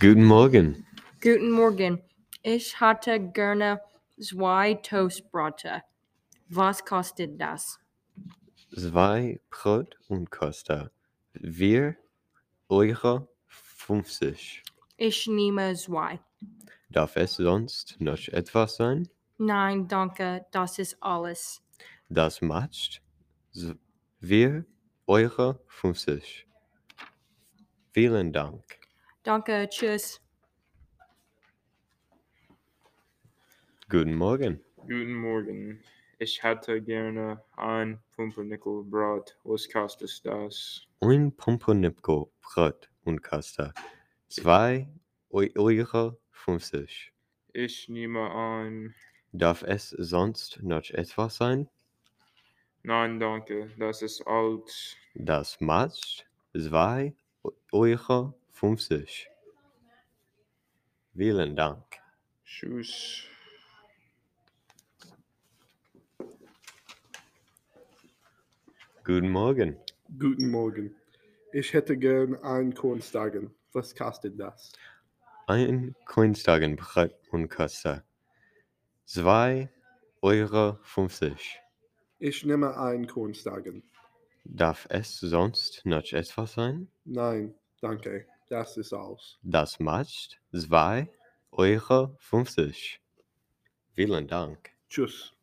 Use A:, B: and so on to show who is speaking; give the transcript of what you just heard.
A: Guten Morgen.
B: Guten Morgen. Ich hatte gerne zwei Toastbrote. Was kostet das?
A: Zwei Brot und Costa. Vier Euro fünfzig.
B: Ich nehme zwei.
A: Darf es sonst noch etwas sein?
B: Nein, danke. Das ist alles.
A: Das macht s- vier Euro fünfzig. Vielen Dank.
B: Danke. Tschüss.
A: Guten Morgen.
C: Guten Morgen. Ich hätte gerne ein Pumpernickelbrot. Was kostet das?
A: Ein Pumpernickel Brot und Costa. Zwei Eu- Euro fünfzig.
C: Ich nehme ein.
A: Darf es sonst noch etwas sein?
C: Nein, danke. Das ist alt.
A: Das macht 2,50 Euro. Vielen Dank.
C: Tschüss.
A: Guten Morgen.
D: Guten Morgen. Ich hätte gern einen Kornstagen. Was kostet das?
A: Ein Koinstagenbrett und Kasse. 2,50 Euro.
D: Ich nehme einen Kornstagen.
A: Darf es sonst noch etwas sein?
D: Nein, danke. Das ist aus.
A: Das macht 2,50 Euro. Vielen Dank.
D: Tschüss.